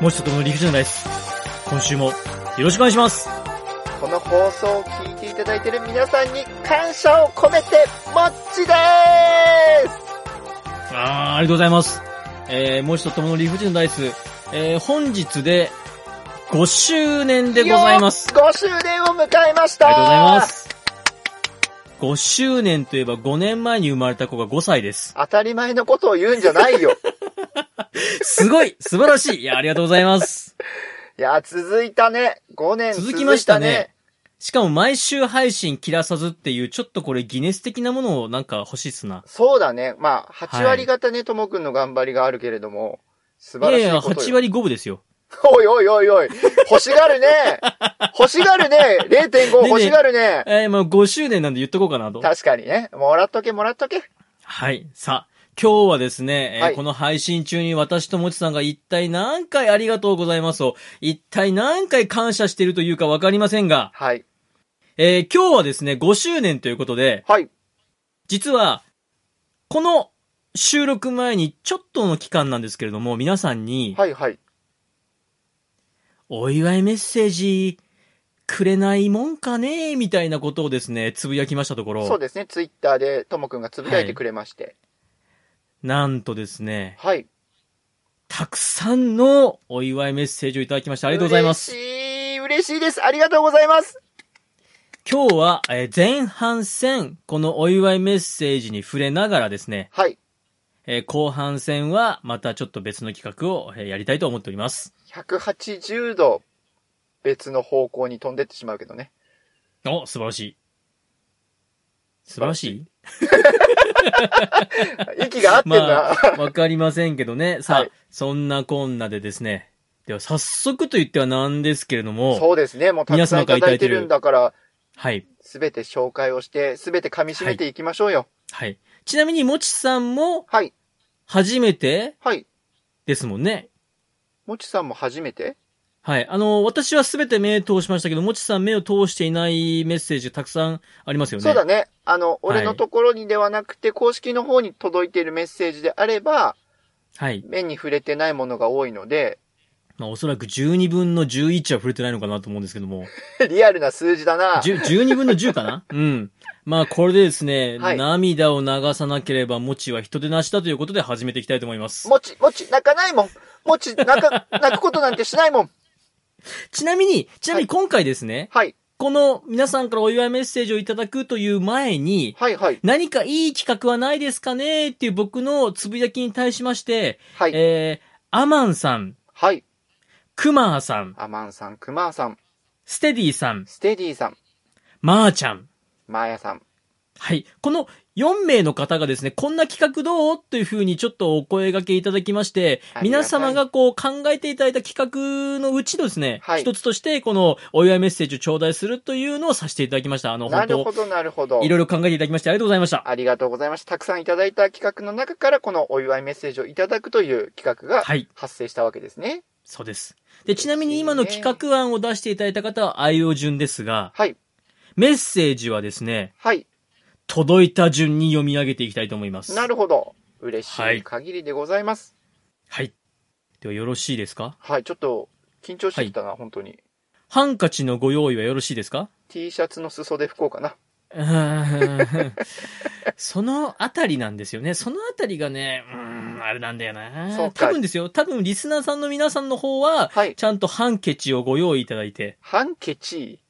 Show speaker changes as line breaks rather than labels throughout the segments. もちととの理不尽です。今週もよろしくお願いします。
この放送を聞いていただいている皆さんに感謝を込めて、もっちで
あー、ありがとうございます。えー、もちとともの理不尽ダイス、えー、本日で5周年
ーす
でございます。。
5周年を迎えました
ありがとうございま。す。5周年といえば5年前に生まれた子が5歳です。
当たり前のことを言うんじゃな いよ。
すごい素晴らしいいや、ありがとうございます。
いや、続いたね。5年
続きましたね。しかも毎週配信切らさずっていう、ちょっとこれギネス的なものをなんか欲しいっすな。
そうだね。まあ、8割方ね、ともくんの頑張りがあるけれども、素
いや
晴ら
い
しい
や、
ことよ。
8割5分ですよ。
おいおいおいおい。欲しが るね。欲しがるね。0.5欲しがるね。
えー、まあ5周年なんで言っとこうかなと。
確かにね。もらっとけ、もらっとけ。
はい。さあ、今日はですね、えー
はい
この配信中に私ともちさんが一体何回ありがとうございますを、一体何回感謝しているというかわかりませんが、
はい。
えー今日はですね、5周年ということで、
はい。
実は、この収録前にちょっとの期間なんですけれども、皆さんに
はい、はい。
お祝いメッセージくれないもんかねみたいなことをですね、つぶやきましたとこ
そう
ろ、
ですね。ツイッターでともくんがつぶやいてくれまして。
なんとですね、
はい。
たくさんのお祝いメッセージをいただきましてありがとうございます。
嬉しい、嬉しいです。ありがとうございます。
今日は、えー前半戦、このお祝いメッセージに触れながらですね、
はい。い
えー後半戦はまたちょっと別の企画を、えーやりたいと思っております。
180度、別の方向に飛んでってしまうけ どね。
お、素晴らしい。素晴らしい
息が合ってんな。
まあ、わかりませんけど ね。さあ、
はい
そんなこんなでですね。では、早速と言ってはなんですけれども、
そうですね。もうたくさんいただいてるんだから、
はい。
すべて紹介をして、すべて噛み締めていきましょうよ。
はい。ちなみに、もちさんも
はい。
初めて
はい。
ですもんね。
もちさんも初めて
はい。あの、私はすべて目通しましたけど、もちさん目を通していないメッセージたくさんありますよね。
そうだね。あの、俺
は
の
い
ところにではなくて、公式の方に届いているメッセージであれば、
はい。
目に触れてないものが多いので、
まあ、おそらく12分の11は触れてないのかなと思うんですけども。
リアルな数字だな。
10 12分の10か なうん。まあ、これでですね、
はい
涙を流さなければ、もちは人手なしだということで始めていきたいと思います。
もち、もち、泣かないもん。もち、泣か、 泣くことなんてしないもん。
ちなみに、ちなみに今回ですね、
はい、
この皆さんからお祝いメッセージをいただくという前に、
はい、はい、
何かいい企画はないですかねっていう僕のつぶやきに対しまして、
はい、
えー、アマンさん、
はい。
クマーさん、
アマンさん、クマーさん、
ステディさん、
ステディさん、
マーちゃん、
マーヤさん。
はい。この4名の方がですね、こんな企画どうというふうにちょっとお声掛けいただきまして
あ、りが
皆
たい
様がこう考えていただいた企画のうちのですね、
はい
一つとしてこのお祝いメッセージを頂戴するというのをさせていただきました。あの、
な
本
るほ
当
ど、なるほど
い。ろいろ考えていただきましてありがとうございました。
ありがとうございました。たくさんいただいた企画の中から、このお祝いメッセージをいただくという企画が
はい。
発生したわけですね。
そうです。で、ちなみに今の
嬉しいね
企画案を出していただいた方は愛用順ですが、
はい、
メッセージはですね、
はい。
届いた順に読み上げていきたいと思います。
なるほど。嬉し
はい
い限りでございます。
はい。ではよろしいですか
はい、ちょっと、緊張してきたな、本当に。
ハンカチのご用意はよろしいですか
T シャツの裾で拭こうかな。
うーんそのあたりなんですよね。そのあたりがね、うーん、あれなんだよ
そう
な。多
か
分ですよ。多分リスナーさんの皆さんの方は、
はい。
ちゃんとハンケチをご用意いただいて、
ハンケチ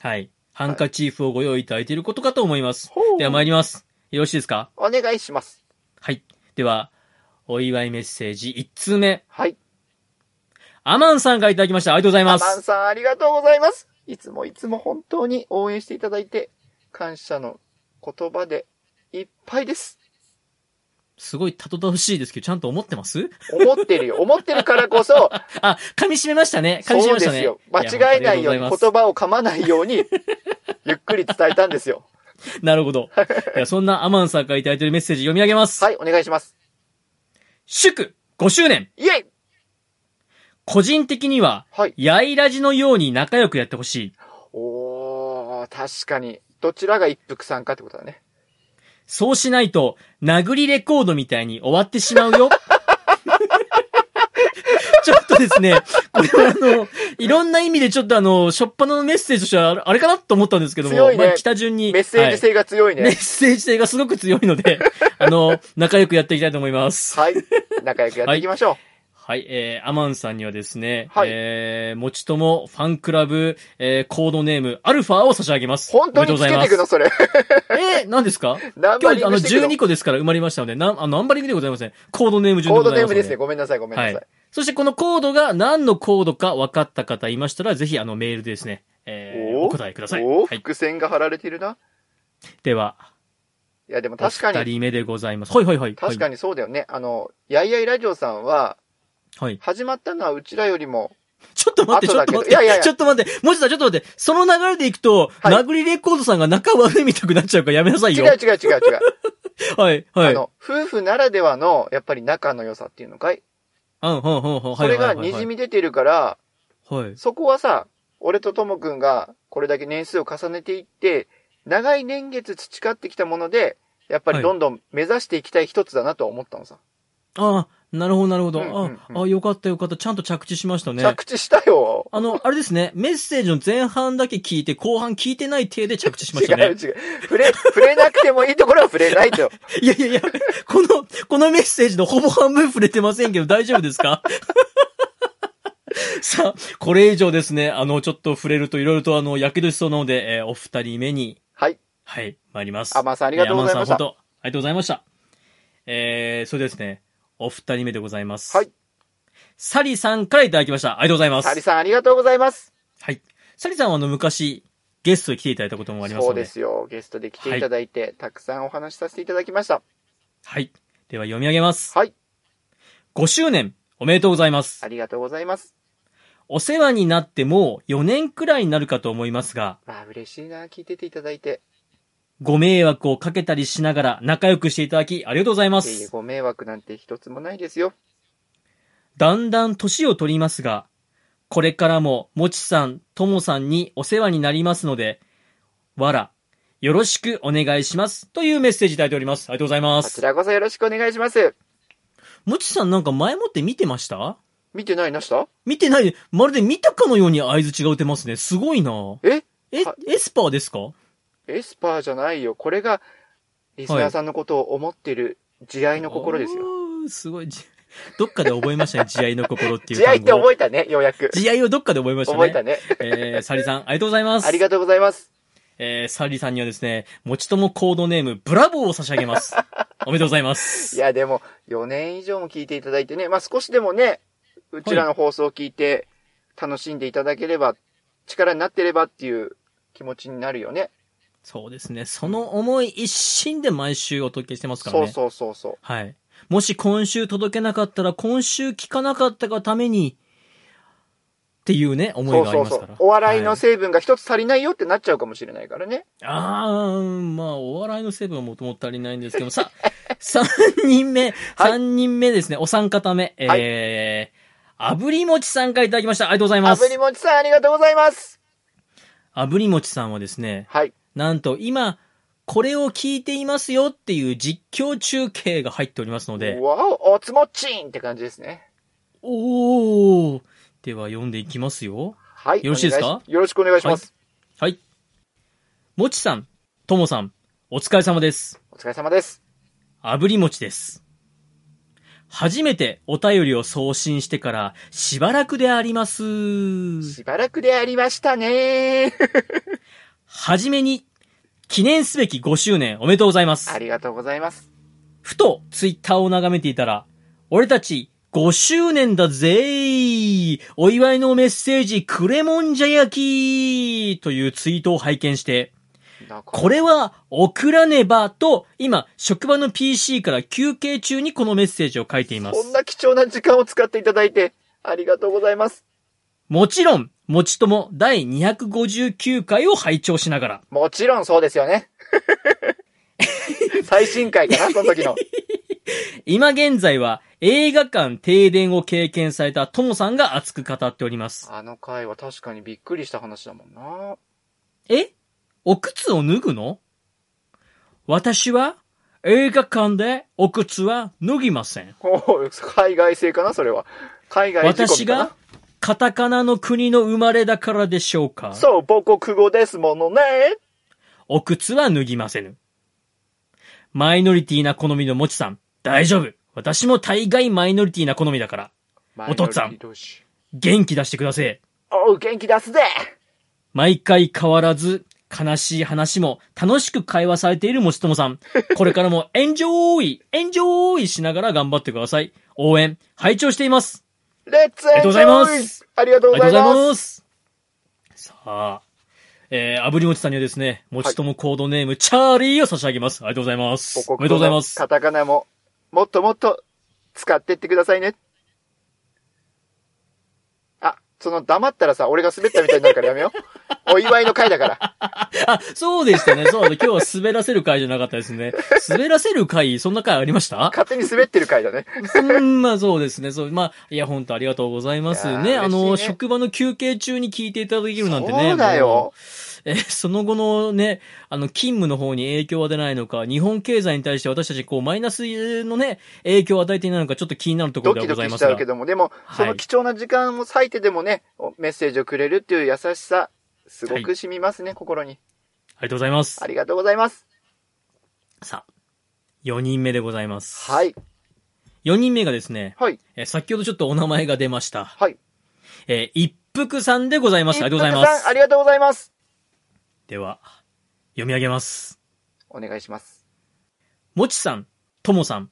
はい。ハンカチーフをご用意いただいていることかと思います。
ほう
では参ります。よろしいですか
お願いします。
はい。では、お祝いメッセージ1通目。
はい。
アマンさんからいただきました。ありがとうございま
アマン
す。
さん、ありがとうございます。いつもいつも本当に応援していただいて、感謝の言葉でいっぱいです。
すごいたどたどしいですけど、ちゃんと思ってます
思ってる よ。思ってるからこそ、
あ、噛み締めましたね。噛み締め
そ
ま
う
し
で
た
す
ね。
よ。間違えないように、
や本当
言
ありがとうございます
葉を噛まないよ うに、ゆっくり伝えたんですよ。
なるほ ど。ではそんなアマンさんからいただいているメッセージ読み上げます。
はい、お願いします。
祝5周年
イェイ
個人的には、
はい。
やいラジのように仲良くやってほしい。
おー、確かに。どちらが一服さんかってことだね。
そうしないと、 殴りレコードみたいに終わってしまうよ。ちょっと、ですね、これはあの、いろんな意味でちょっとあの、初っ端のメッセージとしてはあれかなと思ったんですけども、
強いね
まあ北順に。
メッセージ性が強いね。
メッセージ性がすごく強いので、あの、仲良くやっていきたいと思います。
はい。仲良くやっていきましょう。
はい、えー、アマンさんにはですね、
はい
えー、もちともファンクラブ、えー、コードネーム、アルファを差し上げます。
本当
おめでとう
に
ござ
つ
い
け
ま
て
す
くの、それ。
えー、何ですか
ナン
今
バリ
日、あ
ン
の、
グしてくの。
12個ですから埋まりましたので、なん、あの、ナンバリングでございません。コードネーム順で
コ
ご
ード
ざ
ネ
い
ー
ます
ム
の
ですね。ごめんなさい、ごめんなさい。
はいそしてこのコードが何のコードか分かった方いましたら、ぜひあのメールでですね、えー
おー
お答えください。
おお、
はい。
伏線が張られてるな。
では、
いや、でも
お
確か
二
に、
人目でございます。はいはいはい。
確か
に。
にそうだよね。あの、やいやいラジオさんは、
はい。
始まったのはうちらよりも、
ちょっと待って、ち
後
ょっ
だ
と
け
待
ど
って。
いやいやいや
ちょっと待って。もちさん、ちょっと待って。その流れでいくと、
はい
殴りレコードさんが仲悪いみたくなっちゃうからやめなさい
違う
よ。
違う違う違う。
はい、 はい。
あ
うん、
の、夫婦ならではの、やっぱり仲の良さっていうのかい
うん、うん、うん。
それが滲み出てるから、
はい。はい
そこはさ、俺とともくんがこれだけ年数を重ねていって、長い年月培ってきたもので、やっぱりどんどん目指していきたい一つだなとは思ったのさ。
ああ、なるほど、なるほど。
うんうんうん
ああ、よかった、よかった。ちゃんと着地しましたね。
着地したよ。
あの、あれですね、メッセージの前半だけ聞いて、後半聞いてない体で着地しま
違
した
う違
ね
う。。触れ、触れなくてもいいところは触れないと。
いやいやいや、この、このメッセージのほぼ半分触れてませんけど大丈夫ですか さあ、これ以上ですね、あの、ちょっと触れるといろいろとあの、やけどしそうなので、えーお二人目に、
はい。
はい、参ります。
アマンさんありがとうございまし
えーアマンさ
た
ん、。本当ありがとうございました。えー、それでですね、お二人目でございます。
はい。
サリさんからいただきました。ありがとうございます。
サリさんありがとうございます。
はい。サリさんはあの、昔、ゲストに来ていただいたこともあります
そ
の
う
で
で。すよ。ゲストで来ていただいて、たくさんお話しさせていただきました。
はい。では読み上げます。
はい。
5周年、おめでとうございます
あ。りがとうございます。
お世話になってもう4年くらいになるかと思いますが、
ああ、嬉しいな。聞いてていただいて。
ご迷惑をかけたりしながら仲良くしていただきありがとうございま
いえいえ
す。
ご迷惑なんて一つもないですよ。
だんだん年を取りますが、これからももちさん、ともさんにお世話になりますので、わら、よろしくお願いします。というメッセージいただいております。ありがとうございま
こち
す。
らこそよろしくお願いします。
もちさんなんか前もって見てました
見てないなした
見てない、まるで見たかのように合図が打てますね。すごいな
え
え
は、
エスパーですか
エスパーじゃないよ。これが、リスナーさんのことを思ってる慈愛の心ですよ。
おー。すごい。じ どっかで覚えましたね、慈愛の心っていう
慈
単
愛って
語を。
覚えたね、ようやく。
慈愛をどっかで覚えましたね。
覚えたね。
えー、サリさん、ありがとうございます。
ありがとうございます。
えー、サリさんにはですね、もちともコードネーム、ブラボーを差し上げ ます。おめでとうございま
い
す。
や、でも、4年以上も聞いていただいてね、まあ、少しでもね、うちらの放送を聞いて、楽しんでいただければ、力になってればっていう気持ちになるよね。
そうですね、その思い一心で毎週お届けしてますから
そ
ね。
うそうそうそう。
はい。もし今週届けなかったら、今週聞かなかったがために、っていうね、思
そ
いうがあり
そう
ます
そ
から。
う。お笑い
は
の成分が一つ足りないよってなっちゃうかもしれないからね。
ああ、まあ、お笑いの成分はもともと足りないんですけど、さ、 三人目、
はい
三人目ですね、お三方目、えー、炙りもちさんからいただきました。ありがとうございま
炙り
す。
もちさんありがとうございます。
炙りもちさんはですね、
はい。
なんと今、これを聞いていますよっていう実況中継が入っておりますので
う、わお、おつもっちーんって感じですね。
おー、では読んでいきますよ。
はい。
よろしいですか
お願よろしくお願いします。
はい。もちさん、ともさん、お疲れ様です。
お疲れ様です。
炙り餅です。初めてお便りを送信してからしばらくであります。
しばらくでありましたね。
はじめに、記念すべき5周年おめでとうございます
あ。りがとうございます。
ふとツイッターを眺めていたら、俺たち5周年だぜーお祝いのメッセージくれもんじゃ焼きというツイートを拝見して、
なんか
これは送らねばと今職場の PC から休憩中にこのメッセージを書いています
こ。んな貴重な時間を使っていただいて、ありがとうございます。
もちろん、もちとも第259回を拝聴しながら、
もちろんそうですよ ね。最新回かな、その時の。
今現在は映画館停電を経験されたともさんが熱く語っております。
あの回は確かにびっくりした話だもんな。
えお靴を脱ぐの私は映画館でお靴は脱ぎません。
おう海外製かな、それは。海外仕込
私
みかな
がカタカナの国の生まれだからでしょうか
そう、母国語ですものね。
お靴は脱ぎませぬ。マイノリティな好みのもちさん、大丈夫。私も大概マイノリティな好みだから。お父っつぁん
マイノリティ同士
元気出してくだせえ。
おう、元気出すぜ
毎回変わらず、悲しい話も楽しく会話されているもちともさん。これからもエンジョーイ、エンジョーイしながら頑張ってください。応援、拝聴しています。
レッツ
りが
エ
とうご
ンジ
ざいま
ョイ
す
ありがとう
あ
ご
りが
ざ
と
いう
ござい
ま
ますす。さあ、えー、炙りもちさんにはですね、もちともコードネーム、チャーリーを差し上げます。ありがとうございます。お
母
めで
国
とう
語
ござい
の
ます。
カタカナも、もっともっと使ってってくださいね。あ、その黙ったらさ、俺が滑ったみたいになるからやめよ う。お祝いの会だから。
あ、そうでしたね。そうだ、今日は滑らせる回じゃなかったですね。滑らせる回、そんな回ありました
勝手に滑ってる会だね。
うん、まあそうですね。そう、まあ、いや、本当ありがとうございます
いやー
ね。あの、
嬉しいね
職場の休憩中に聞いていただけるなんてね。
そうだ
も
よ。
う。え、その後のね、あの、勤務の方に影響は出ないのか、日本経済に対して私たち、こう、マイナスのね、影響を与えていないのか、ちょっと気になるところ
ド
では
キ
ご
ド
ざい
キ
ま
し
す
ちゃう
が
け。ども、でも、
はい
その貴重な時間を割いてでもね、おメッセージをくれるっていう優しさ、すごく染みますね、心に。
ありがとうございます
あ。りがとうございます。
さあ、4人目でございます。
はい。
4人目がですね、
はい。
え先ほどちょっとお名前が出ました。
はい。
えー一服さんでございます。ありがとうございま
一服さんあ
す。
りがとうございます。
では、読み上げます。
お願いします。
もちさん、ともさん、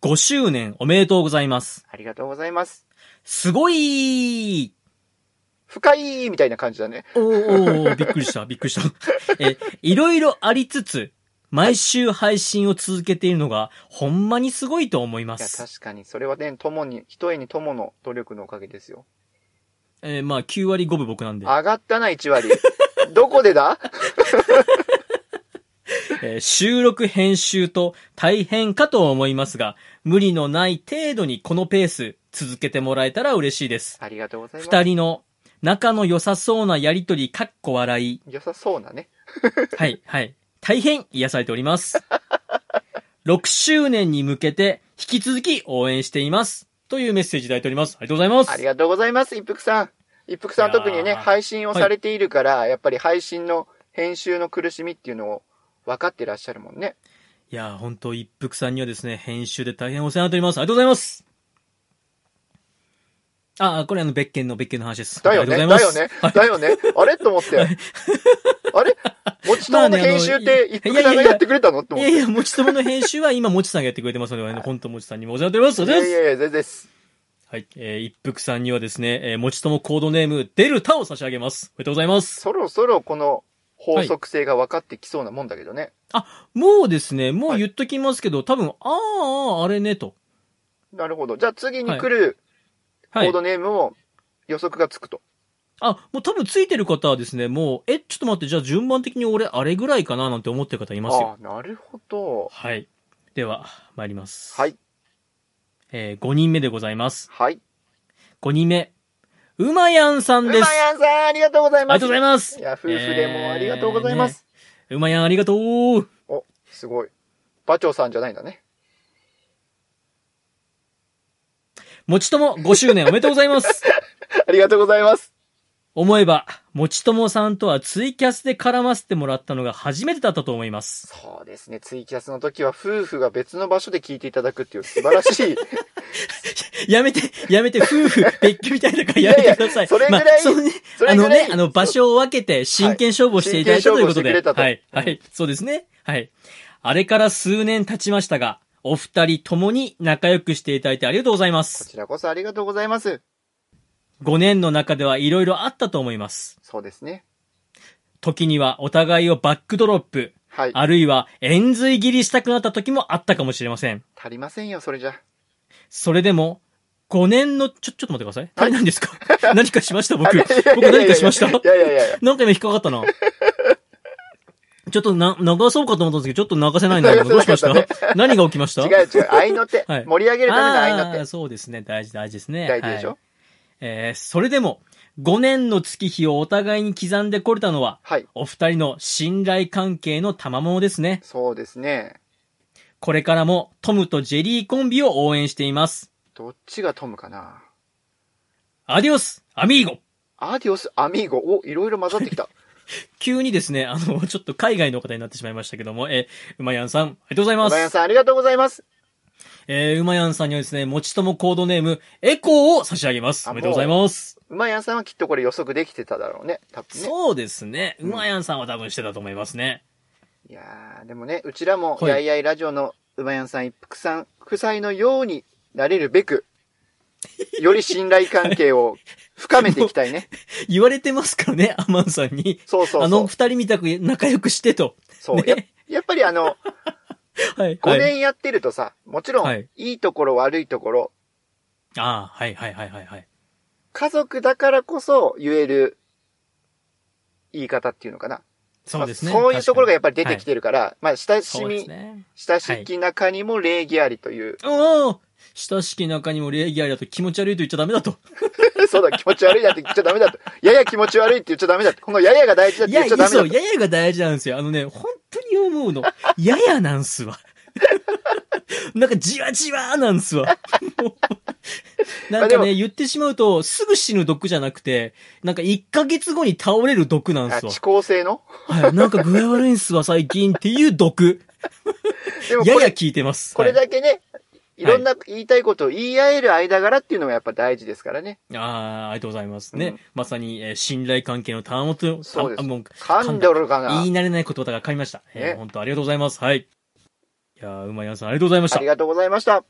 5周年おめでとうございます。
ありがとうございます。
すごい
深いみたいな感じだね。
おーおーおーびっくりした、びっくりした。 え、いろいろありつつ、毎週配信を続けているのが、ほんまにすごいと思いま
いや、
す。
確かに、それはね、友に、一重に友の努力のおかげですよ。
えーまあ、9割5分僕なんで。
上がったな、1割。どこでだ
えー収録編集と大変かと思いますが、無理のない程度にこのペース続けてもらえたら嬉しいです。
ありがとうございます。
二人の仲の良さそうなやりとり、かっこ笑い。
良さそうなね。
はい、はい。大変癒されております。6周年に向けて引き続き応援しています。というメッセージいただいております。ありがとうございます。
ありがとうございます、一服さん。一服さん
いやー
特にね、配信をされているから、やっぱり配信の編集の苦しみっていうのを分かってらっしゃるもんね。
いやー、本当一服さんにはですね、編集で大変お世話になっております。ありがとうございます。あー、これあの、別件の別件の話です。
だよ
あ
ね、
りが
だ
とう
よ
ござい
ね
ます、
だよね。あれと思って。あれ持ち
まあ
友
ね
の
あの
編集って一服
いや
さ
いや
んが
いや
やってくれたのって
い
思っ
や
て。
い
い
や、もちともの編集は今、もちさんがやってくれてますので、本当もちさんにもお世話になっております。お世話
や
に
い
なっております
や全然です。
はい。えー一服さんにはですね、えーもちともコードネーム、デルタを差し上げます。おめでとうございます。
そろそろこの法則性が分かってきそうなもんだけどね。
もうですね、もう
はい
言っときますけど、多分、あーあー、あれね、と。
なるほど。じゃあ次に来るコ
はい
ー。ドネームを予測がつくと。
あ、もう多分ついてる方はですね、もう、え、ちょっと待って、じゃあ順番的に俺、あれぐらいかな、なんて思ってる方いますよ。
ああ、なるほど。
はい。では、参ります。
はい。
えー、5人目でございます。
はい。
5人目、うまやんさん
うま
です。
やんさん、ありがとうござい
あ
ま
りがと
す
うござい。ます。
いや、夫婦で
えー
もありがとうございます。
うまやん、ありがとう。
お、すごい。馬長さんじゃないんだね。
もちとも5周年おめでとうございます。
ありがとうございます。
思えば、もちともさんとはツイキャスで絡ませてもらったのが初めてだったと思います。
そうですね。ツイキャスの時は夫婦が別の場所で聞いていただくっていう素晴らし い。
やめて、やめて、夫婦、別居みたいだからやめてください。
いやいやそれぐらい
まあそうね
そ
あ
れぐ
の
らい
ね、あの、場所を分けて真剣勝負をしていただいたということで。
はい真剣勝負をしてくれたと
はい、はい、そうですね。はい。あれから数年経ちましたが、お二人ともに仲良くしていただいてありがとうございま
こ
す。
ちらこそありがとうございます。
5年の中ではいろいろあったと思います。
そうですね。
時にはお互いをバックドロップ、
はい。
あるいは円髄切りしたくなった時もあったかもしれません。
足りませんよ、それじゃ。
それでも、5年の、ちょ、ちょっと待ってください。足りないんですか 何かしました僕。
いやいやいやいや
僕何かしました
いやいやいやいや。
なんか今引っかかったな。ちょっとな、流そうかと思ったんですけど、ちょっと流せないんだけど、どう
流
し
せ
ま
な
した
かったね
何が起きました
違う違う。合いの手。
はい
盛り上げるための合いの
あー
手。
そうですね。大事、大事ですね。
大事でしょ、
はいえー、それでも、5年の月日をお互いに刻んでこれたのは、
はい。
お二人の信頼関係の賜物ですね。
そうですね。
これからも、トムとジェリーコンビを応援しています。
どっちがトムかな
アディオス、アミーゴ。
アディオス、アミーゴ。お、いろいろ混ざってきた。
急にですね、あの、ちょっと海外の方になってしまいましたけども、えー、うまやん さん、ありがとうございま
マ
す。
ヤンさん、ありがとうございます。
えー、うまやんさんにはですね、もちともコードネーム、エコーを差し上げます。
あ
おめでとうございます。
うまやんさんはきっとこれ予測できてただろうね。多分ね。
そうですね。
う
うんまやんさんは多分してたと思いますね。
いやー、でもね、うちらも、
はい
やいやいラジオのうまやんさん一服さん夫妻のようになれるべく、より信頼関係を深めていき たいね。
言われてますからね、ア マンさんに。
そうそう
あ
そ
の
う。
二人みたく仲良くしてと。
そうややっぱりあの、
はい。
5
はい、
年やってるとさ、もちろ
は
ん
い、
いいところ悪いところ、
ああ、はいはいはいはいはい。
家族だからこそ言える言い方っていうのかな。
そうですね。
まあそういうところがやっぱり出
確か
て
に
きてるから、まあ、親
はい
し
そうで
み、
すね。
親しき中にも礼儀ありという、
おお親しき中にも礼儀ありだと気持ち悪いと言っちゃダメだと。
そうだ、気持ち悪いだって言っちゃダメだと。やや気持ち悪いって言っちゃダメだと。このややが大事だっ
い
て言
や、
っちゃダメだ
そ
と
う、。ややが大事なんですよ。あのね、本当に思 うの。ややなんすわ。 なんかじわじわなんす わ。もうなん
で
か
も
ね、言ってしまうと、すぐ死ぬ毒じゃなくて、なんか1ヶ月後に倒れる毒なん
あ、
すわ
遅。効性の
はい、なんか具合悪いんすわ、最近っていう毒。
でもこ
やや
れ、
聞いてます。
これだけね、い
い
ろんな言いたいことを言い合える間柄っていうのがやっぱ大事ですからね。
はいああ、ありがとうございますね。
うん
まさに、えー信頼関係のたもと、
そうです
たもう
噛んどるかな
言い慣れない言葉が噛みました。え
ね
ー、本当ありがとうございます。はい。いやーうまいやんさん、ありがとうございまし
あ
た
り。がとうございました。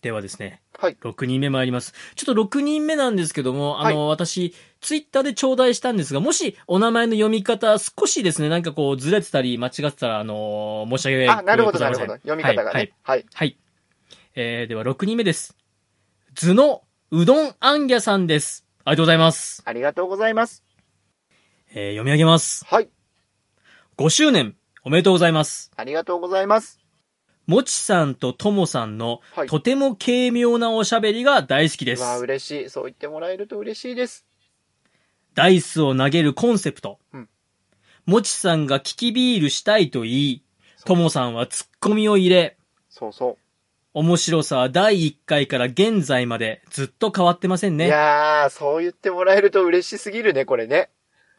ではですね、
はい。
6人目参ります。ちょっと6人目なんですけども、あの、私、ツイッターで頂戴したんですが、もしお名前の読み方、少しですね、なんかこう、ずれてたり、間違ってたら、あのー申し訳
あ、なるほ
ご
ど、
ざ
ないる
ませ
ほ
ん
ど。読み方
は
が
いはい
ね。はい。
はい。えー、では6人目です。図のうどんあんぎゃさんです。ありがとうございます。
ありがとうございます。
えー、読み上げます。
はい。
5周年、おめでとうございます。
ありがとうございます。
もちさんとともさんの、
はい
とても軽妙なおしゃべりが大好きで
うわ、
す。
嬉しい。そう言ってもらえると嬉しいです。
ダイスを投げるコンセプト
うん。
もちさんがキキビールしたいと言い、ともさんはツッコミを入れ、
そうそ
面白さは第1回から現在までずっと変わってません
う。
ね。
いやー、そう言ってもらえると嬉しすぎるね、これね。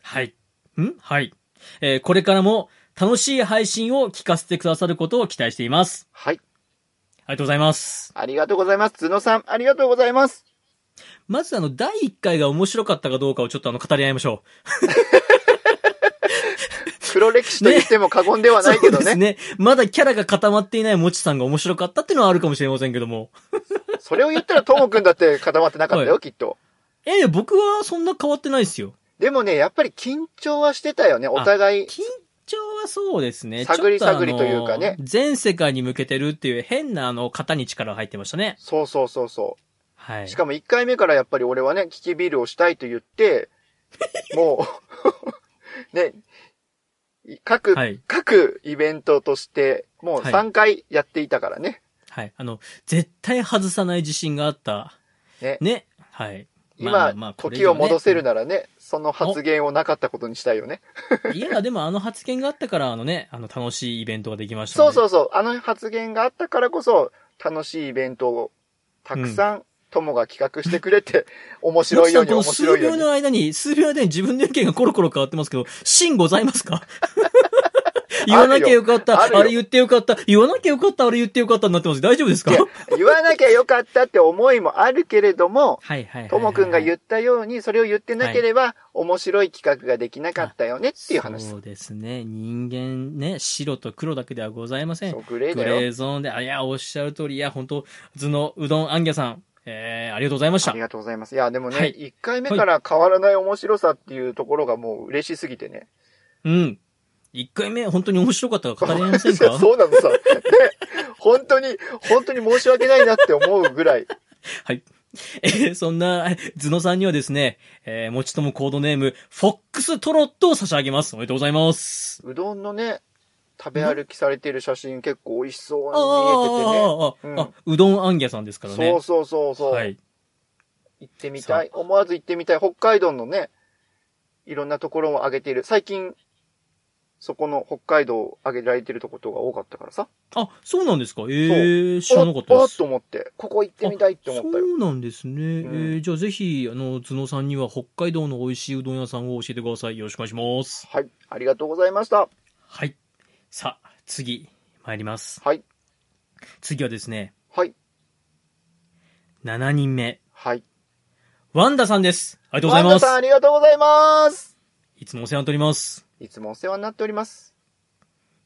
はい。んはい。えーこれからも楽しい配信を聞かせてくださることを期待しています。
はい。
ありがとうございます。
ありがとうございます。角さん、ありがとうございます。
まずあの、第1回が面白かったかどうかをちょっとあの、語り合いましょ
黒歴史と言っても過言で
う。
はないけ ど
そうです
ね。
ね。まだキャラが固まっていないもちさんが面白かったっていうのはあるかもしれませんけども。
それを言ったらともくんだって固まってなかった
は
よ、きっと。
えー僕はそんな変わってないですよ。
でもね、やっぱり緊張はしてたよね、お互い。
緊張はそうですね。
探り
ちょっあの
探りというかね
全世界に向けてるっていう変なあの、型に力が入ってましたね。
そうそうそうそ
は
う。
い
し。かも1回目からやっぱり俺はね、キキビールをしたいと 言って、もう、 ね、各、
はい
各イベントとして、もう
はい
3回やっていたからね。
はい。あの、絶対外さない自信があった。
ね
ね。はい。
今、
まあまあこれ以
時
上
を
ね
戻せるならね、その発言をなかったことにしたいよね。
いや、でもあの発言があったから、あのね、あの楽しいイベントができました。
そうそううそう。あの発言があったからこそ、楽しいイベントをたくさん、友が企画してくれて、 面白いように
この
面
数
白いよう
秒
に。
の間に、数秒の間に自分の意見がコロコロ変わってますけど、芯ございます か言わなきゃよかった、
あ
あ
るよ
れ言ってよかった、言わなきゃよかった、あれ言ってよかったになってます。大丈夫ですか
い
は
や
い
言わなきゃよかったって思いもあるけれども、
はいはいはい。
ともくんが言
っ
ったように、それを言ってなければ、面白い企画ができなかったよねっていう話。
そうですね。人間ね、白と黒だけではございません
そ。う、グレー
グ
だよ。
レーゾーンで、あ、いや、おっしゃる通り、いや、本当図のうどんあんぎゃさん、えー、ありがとうございまし
あ
た
り。がとうございます。いや、でもね、
はい
1回目から変わらない面白さっていうところがもう嬉しすぎてね。
うん。一回目、本当に面白かったから語れませんか
そうなのさ。ね、本当に、本当に申し訳ないなって思うぐらい、
えーそんな、えーズノさんにはですね、えー、もちともコードネーム、フォックストロットを差し上げます。おめでとうございます。
うどんのね、食べ歩きされてる写真結構美味しそ
あー
う
あ
う
ー、
ん
あ、うどんあんぎゃさんですから
に見えてて
ね。
ね。そうそうそうそう。
はい。
行ってみたい。思わず行ってみたい。北海道のね、いろんなところを挙げている。最近、そこの北海道を挙げられてるとことが多かったからさ。
あ、そうなんですかええ知らなかった
おお
で
っ
す。
と思って、ここ行ってみたいって思ったよ。
そうなんですね。
ん
えーじゃあぜひ、あの、頭脳さんには北海道の美味しいうどん屋さんを教えてください。よろしくお願いします。
はい。ありがとうございました。
はい。さあ、次、参ります。
はい。
次はですね、
はい。
7人目、
はい。
ワンダさんです。ありがとうござい
ワン
ま
ダさん、あ
す。
りがとうございます。
いつもお世話になっております。
いつもお世話になっております。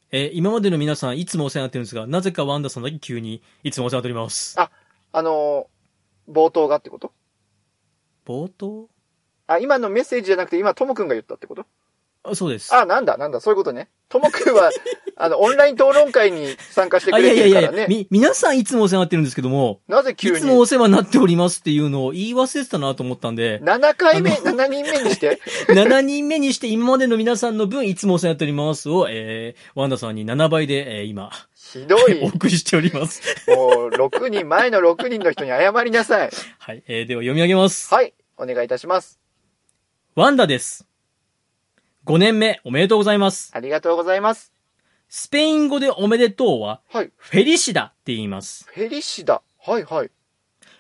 えー今までの皆さん、いつもお世話になってるんですが、なぜかワンダさんだけ急に、いつもお世話になっております。
あのー、冒頭がってこと
冒頭
あ、今のメッセージじゃなくて、今、ともくんが言ったってこと
あ、そうです。
あ、なんだ、なんだ、そういうことね。ともく んは、あの、オンライン討論会に参加してくれてるからね。
み、皆さんいつもお世話になってるんですけども、
なぜ
い
急
つも
に
お世話になっておりますっていうのを言い忘れてたなと思ったんで、
?7 回目、
あの
7人目に して、
7人目にして今までの皆さんの分、いつもお世話になっておりますを、えー、ワンダさんに7倍で、えー、今、
ひど
お
い。
送りしております。
もう、6人、前の6人の人に謝りなさい。
はい、えー、では読み上げます。
はい、お願いいたします。
ワンダです。5年目、おめでとうございます。
ありがとうございます。
スペイン語でおめでとうは、
はい、
フェリシダって言います。
フェリシダ。はい、はい。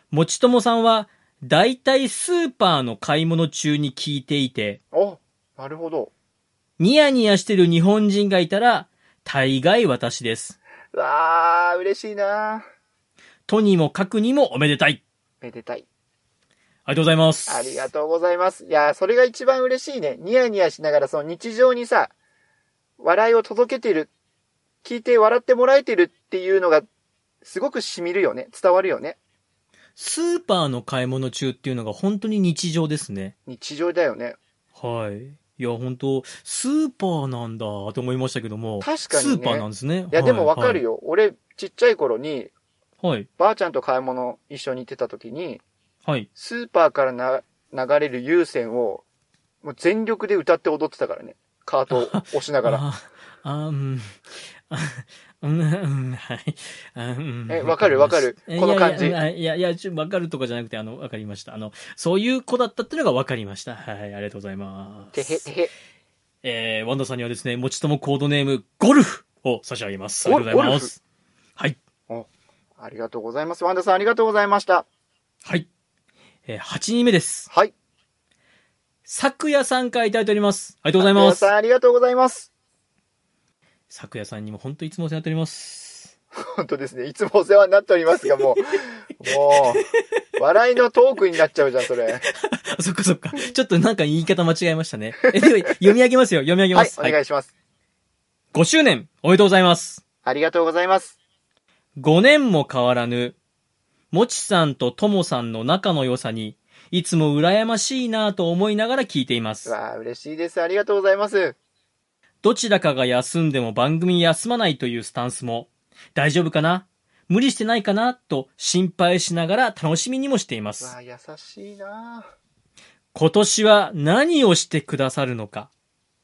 もちともさんは、大体スーパーの買い物中に聞いていて、
お、なるほど。
ニヤニヤしてる日本人がいたら、大概私です。
わー、嬉しいな
とにもかくにもおめでたい。
めでたい。
ありがとうございます。
ありがとうございます。いやー、それが一番嬉しいね。ニヤニヤしながら、その日常にさ、笑いを届けてる、聞いて笑ってもらえてるっていうのが、すごく染みるよね。伝わるよね。
スーパーの買い物中っていうのが本当に日常ですね。
日常だよね。
はい。いや、本当スーパーなんだと思いましたけども。
確かにね
スーパーなんですね。
いや、でもわかる
よ。
よ。俺、ちっちゃい頃に、
はい。
ばあちゃんと買い物一緒に行ってた時に、
はい。
スーパーからな、流れる有線を、もう全力で歌って踊ってたからね。カ ートを押しながら。
あ、あ、うん。 あうん、うん、はい。あうん
えわかるわかる
ります
この感じ
いやいや、いやいや、ちょわかるとかじゃなくて、あの、わかりました。あの、そういう子だったっていうのがわかりました。はい、ありがとうございま
てへ
す。
てへ。
えー、ワンダさんにはですね、持ちともコードネーム、ゴルフを差し上げます。あり
ゴ
がとうござい
ゴル
ま
フ
す。はい。
ありがとうございます。ワンダさんありがとうございました。
はい。えー、8人目です。
はい。
昨夜さんからいただいております。ありがとうございます
皆さ。んありがとうございます。
昨夜さんにも本当いつもお世話になっております。
本当ですね。いつもお世話になっておりますが、 もう、もう、笑いのトークになっちゃうじゃん、それ。はい、
あ、そっかそっか。ちょっとなんか言い方間違えましたね。え、では読み上げますよ。読み上げます。
お
はい。
願いします。
5周年、おめでとうございます。
ありがとうございます。
5年も変わらぬ、もちさんとともさんの仲の良さに、いつも羨ましいなぁと思いながら聞いていま
う
す。
わあ、嬉しいです。ありがとうございます。
どちらかが休んでも番組休まないというスタンスも、大丈夫かな無理してないかなと心配しながら楽しみにもしていま
う
す
わ。あ、優しいなあ
今年は何をしてくださるのか。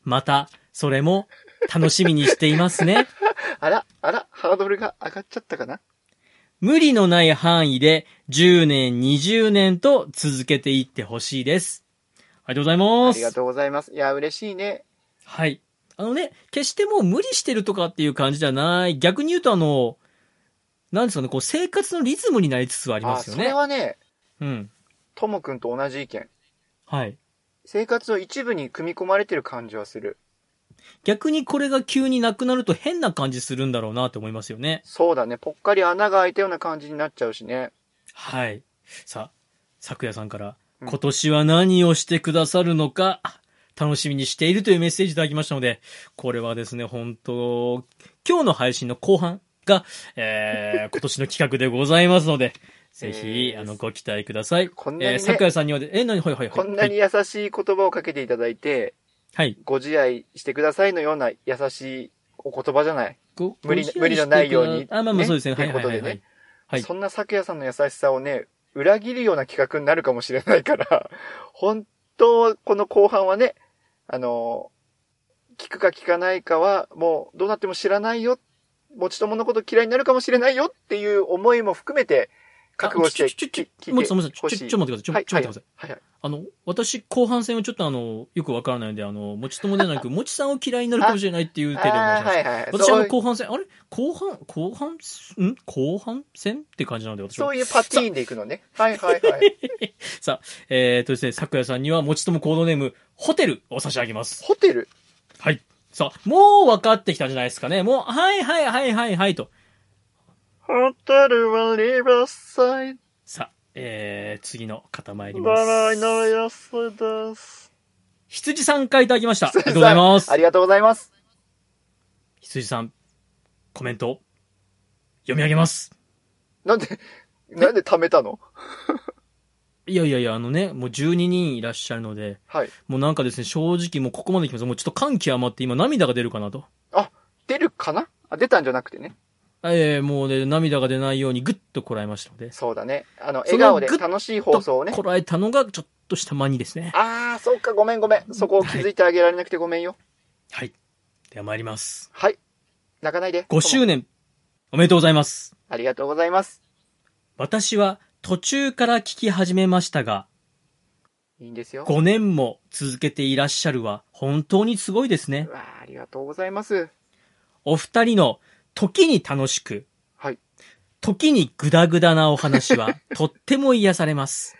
また、それも楽しみにしています ね。
あら、あら、ハードルが上がっちゃったかな
無理のない範囲で10年、20年と続けていってほしいです。ありがとうござい
あ
ま
りが
す。
とうございます。いや、嬉しいね。
はい。あのね、決してもう無理してるとかっていう感じじゃない。逆に言うとあの、なんですかね、こう生活のリズムになりつつはあ
あ
りますよ
それ
ね。
はね、
うん。
ともくんと同じ意見。
はい。
生活の一部に組み込まれてる感じはする。
逆にこれが急になくなると変な感じするんだろうなって思いますよね。
そうだね。ぽっかり穴が開いたような感じになっちゃうしね。
はい。さあ、昨夜さんから、
うん
今年は何をしてくださるのか、楽しみにしているというメッセージいただきましたので、これはですね、本当今日の配信の後半が、えー、今年の企画でございますので、ぜひ、
えー
あの、ご期待ください。
こんなに
え
ね
ー、昨夜さんにはで、え、何、はいはいはい。
こんな
はい
に優しい言葉をかけていただいて、
はい。
ご自愛してくださいのような優しいお言葉じゃない。
ご
無理
ご自愛
無理のないように
してくだあ、まあまあ
ね
そうですね。はい
とい
は
うこ
い
と
は
で
い
ね
はい。はい
そんな咲夜さんの優しさをね、裏切るような企画になるかもしれないから、本当はこの後半はね、あの、聞くか聞かないかは、もうどうなっても知らないよ。持ち友のこと嫌いになるかもしれないよっていう思いも含めて、覚悟して
あちょちょちょ
き聞いて
もうちょっと待ってください。ちょ
ほしい。
ちょちょっと待ってください。ちょちょっと待ってください。
はいはい。はいはい
あの、私、後半戦はちょっとあの、よくわからないので、あの、もちともではな く、もちさんを嫌いになるかもしれないっていう程度でお願いし
あ
ま
ー
す。
はいはい。
私は
そ
も
う
う
いう
後半戦、あれ後半、後半、ん後半戦って感じなので、私は
そういうパティーンで行くのね。はいはいはい。
えー、とですね、桜井さんには、もちともコードネーム、ホテルを差し上げます。
ホテル
はい。さあ、もう分かってきたんじゃないですかね。もう、はいはいはいはいはいと。
ホテルはリバーサイ
さあ、えー、次の方参り
ド。
ます。
笑いの安です。
羊さんからいただきました。ありがとうございます
あ。りがとうございます。
羊さん、コメントを読み上げます。
なんで、なんで貯めたの
いやいやいや、あのね、もう12人いらっしゃるので、
はい。
もうなんかですね、正直もうここまで来ます。もうちょっと感極まって今涙が出るかなと。
出るかなあ、出たんじゃなくてね。
ええもうね、涙が出ないようにグッとこらえましたので、
そうだね。あの、
そ
笑
の
顔で
グッ
楽しい放送をね
と。こらえたのがちょっとした間にですね。
あー、そっか、ごめんごめん。そこを気づいてあげられなくてごめんよ。
はい。では参ります。
はい。泣かないで。
5周年、おめでとうございます。
ありがとうございます。
私は途中から聞き始めましたが、
いいんですよ。
5年も続けていらっしゃるは本当にすごいですね
う。わーありがとうございます。
お二人の時に楽しく、
はい。
時にグダグダなお話 はとっても癒されます。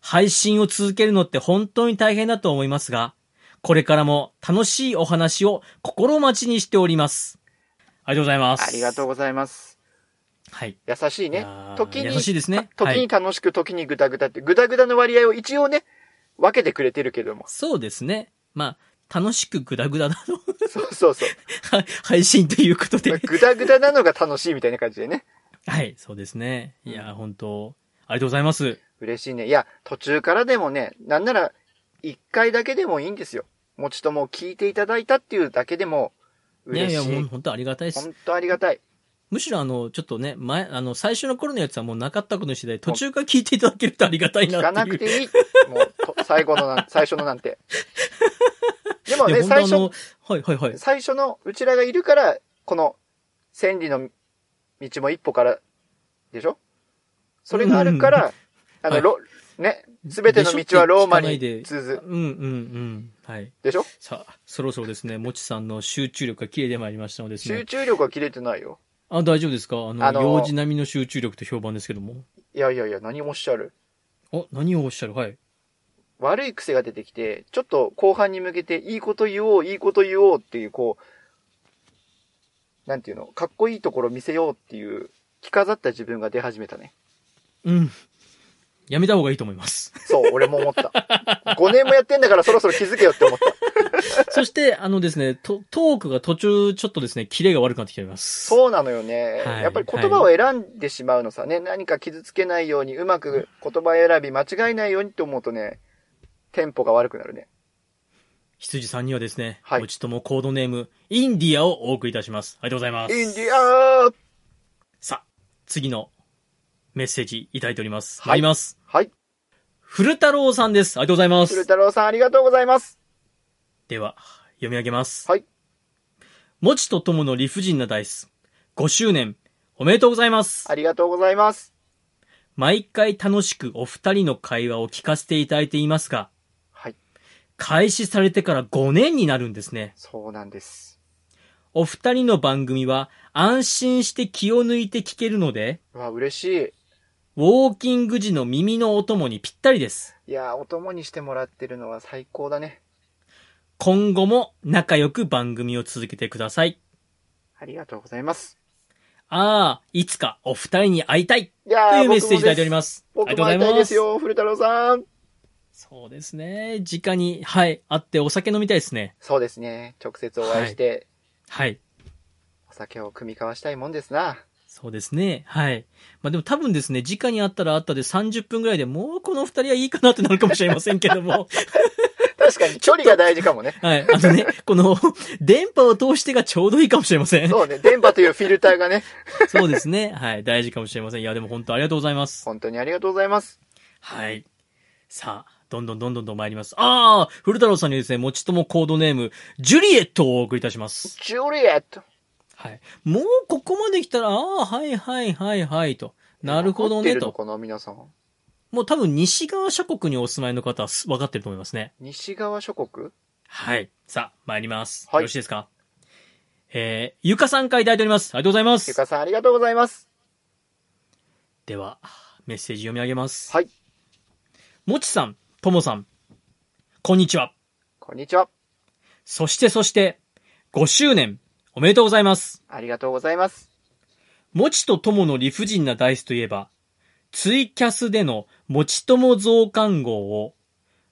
配信を続けるのって本当に大変だと思いますが、これからも楽しいお話を心待ちにしております。ありがとうございます。
ありがとう
う。
ございます。
はい。
優しい
い
ね
やー。
時に、
優しいですね
た
はい。
時に楽しく、時にグダグダって、グダグダの割合を一応ね、分けてくれてるけども
そうですね。まあ、楽しくグダグダな の
そうそうそう。
配信ということで。
グダグダなのが楽しいみたいな感じでね。
はい、そうですね。いや、本当ありがとうございます。
嬉しいね。いや、途中からでもね、なんなら、一回だけでもいいんですよ。もちとも聞いていただいたっていうだけでも、
いや
嬉
い
しい。
や、もう本当ありがたいです。
本当ありがたい。
むしろあの、ちょっとね、前、あの、最初の頃のやつはもうなかったことにして、途中から聞いていただけるとありがたい
聞か
な
な
ってい
く
う。
ていい。もう、と最後のなん、最初のな んて。でもね、
いや
最
本当あ
初、
の、はいはいはい。
最初のうちらがいるから、この、千里の道も一歩から、でしょそれがあるから、あ
は
の、
い
ロ、ね、すべての道はローマに
でしょって聞かないで
続
うんうんうん。はい。
でしょ
さあ、そろそろですね、もちさんの集中力が切れてまいりましたのでです
集
ね。
中力は切れてないよ。
あ、大丈夫ですかあの、
あの
幼児並みの集中力と評判ですけども。
いやいやいや、何もおっしゃる。
あ、何をおっしゃるはい。
悪い癖が出てきて、ちょっと後半に向けて、いいこと言おう、いいこと言おうっていう、こう、なんていうの、かっこいいところ見せようっていう、着飾った自分が出始めたね。
うん。やめた方がいいと思い ます。
そう、俺も思 った。5年もやってんだからそろそろ気づけよって思った。
そして、あのですね、トトークが途中、ちょっとですね、キレが悪くなってきております。
そうなのよね。
はい
やっぱり言葉を選んでしまうのさね。何か傷つけないように、うまく言葉選び間違えないようにって思うとね、テンポが悪くなるね。
羊さんにはですね、
はい
もちともコードネーム、インディアをお送りいたします。ありがとうございます。
インディアー
さあ、次のメッセージいただいております。
はい
参ります。
はい。
古太郎さんです。ありがとうございま
鶴
す。
太郎さんありがとうございます。
では、読み上げます。
はい。
もちとともの理不尽なダイス。5周年、おめでとうございます。
ありがとうございます。
毎回楽しくお二人の会話を聞かせていただいていますが、
はい。
開始されてから5年になるんですね。
そうなんです。
お二人の番組は安心して気を抜いて聞けるので、
うわ、嬉しい。
ウォーキング時の耳のお供にぴったりです。
いやー、お供にしてもらってるのは最高だね。
今後も仲良く番組を続けてください。
ありがとうございます。
ああ、いつかお二人に会いたい
いや
と
ー、
いうメッセージいただいており
す。
ます。ありが
僕
とうござ
も会
い
いたい
ま
です
す。
よ、古太郎さん。
そうですね。直に、はい、会ってお酒飲みたいですね。
そうですね。直接お会いして、
はい。
お酒を組み交わしたいもんですな。
そうですね。はい。まあでも多分ですね、直に会ったら会ったで30分ぐらいでもうこの二人はいいかなってなるかもしれませんけど も。
確かに距離が大事かもね。
はい。あのね、この、電波を通してがちょうどいいかもしれませ ん。
そうね、電波というフィルターがね、
そうですね。はい。大事かもしれません。いや、でも本当ありがとうございます。
本当にありがとうございます。
はい。さあ、どんどんどんどんと参ります。ああ、古太郎さんにですね、もちともコードネーム、ジュリエットをお送りいたします。
ジュリエット。
はい。もうここまで来たら、ああ、はいはいはいはいと。なるほど
残って
ね、
るの
と。
かな、皆さん。
もう多分西側諸国にお住まいの方はす分かってると思いますね。
西側諸国
はい。さあ、参ります。
は
よ
い
ろしいですかえー、ゆかさんからいただいております。ありがとうございま
ゆ
す。
かさんありがとうございます。
では、メッセージ読み上げます。
はい。
もちさん、ともさん、こんにちは。
こんにちは。
そしてそして、5周年、おめでとうございます。
ありがとうございます。
もちとともの理不尽なダイスといえば、ツイキャスでのもちとも増刊号を、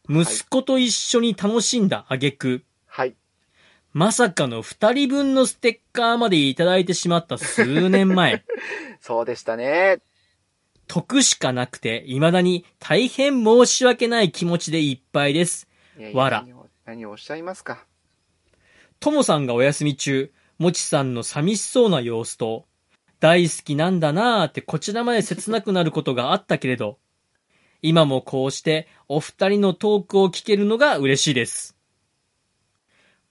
息子と一緒に楽しんだ挙句、
はい。
まさかの二人分のステッカーまでいただいてしまった数年前、
そうでしたね。
得しかなくて未だに大変申し訳ない気持ちでいっぱいです。
いや
わら
何を何をおっしゃいますか。
ともさんがお休み中、もちさんの寂しそうな様子と、大好きなんだなーってこちらまで切なくなることがあったけれど、今もこうしてお二人のトークを聞けるのが嬉しいです。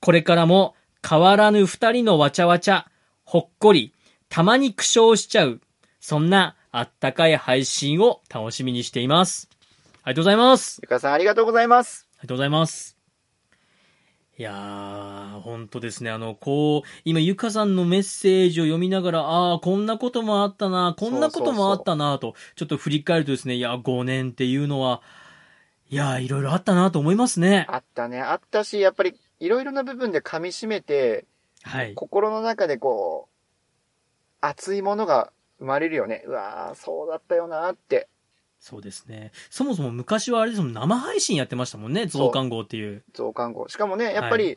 これからも変わらぬ二人のわちゃわちゃ、ほっこり、たまに苦笑しちゃう、そんなあったかい配信を楽しみにしています。ありがとうございます。
ゆかさんありがとうございます。
ありがとうございます。いやー、本当ですね。あの、こう、今、ゆかさんのメッセージを読みながら、ああ、こんなこともあったな、こんなこともあったな、と、ちょっと振り返るとですね、いや、5年っていうのは、いやー、いろいろあったなと思いますね。
あったね。あったし、やっぱりいろいろな部分で噛み締めて、
はい。
心の中でこう、熱いものが生まれるよね。うわー、そうだったよなーって。
そうですね。そもそも昔はあれですもん、生配信やってましたもんね、増刊号っていう。
増刊号。しかもね、やっぱり、
は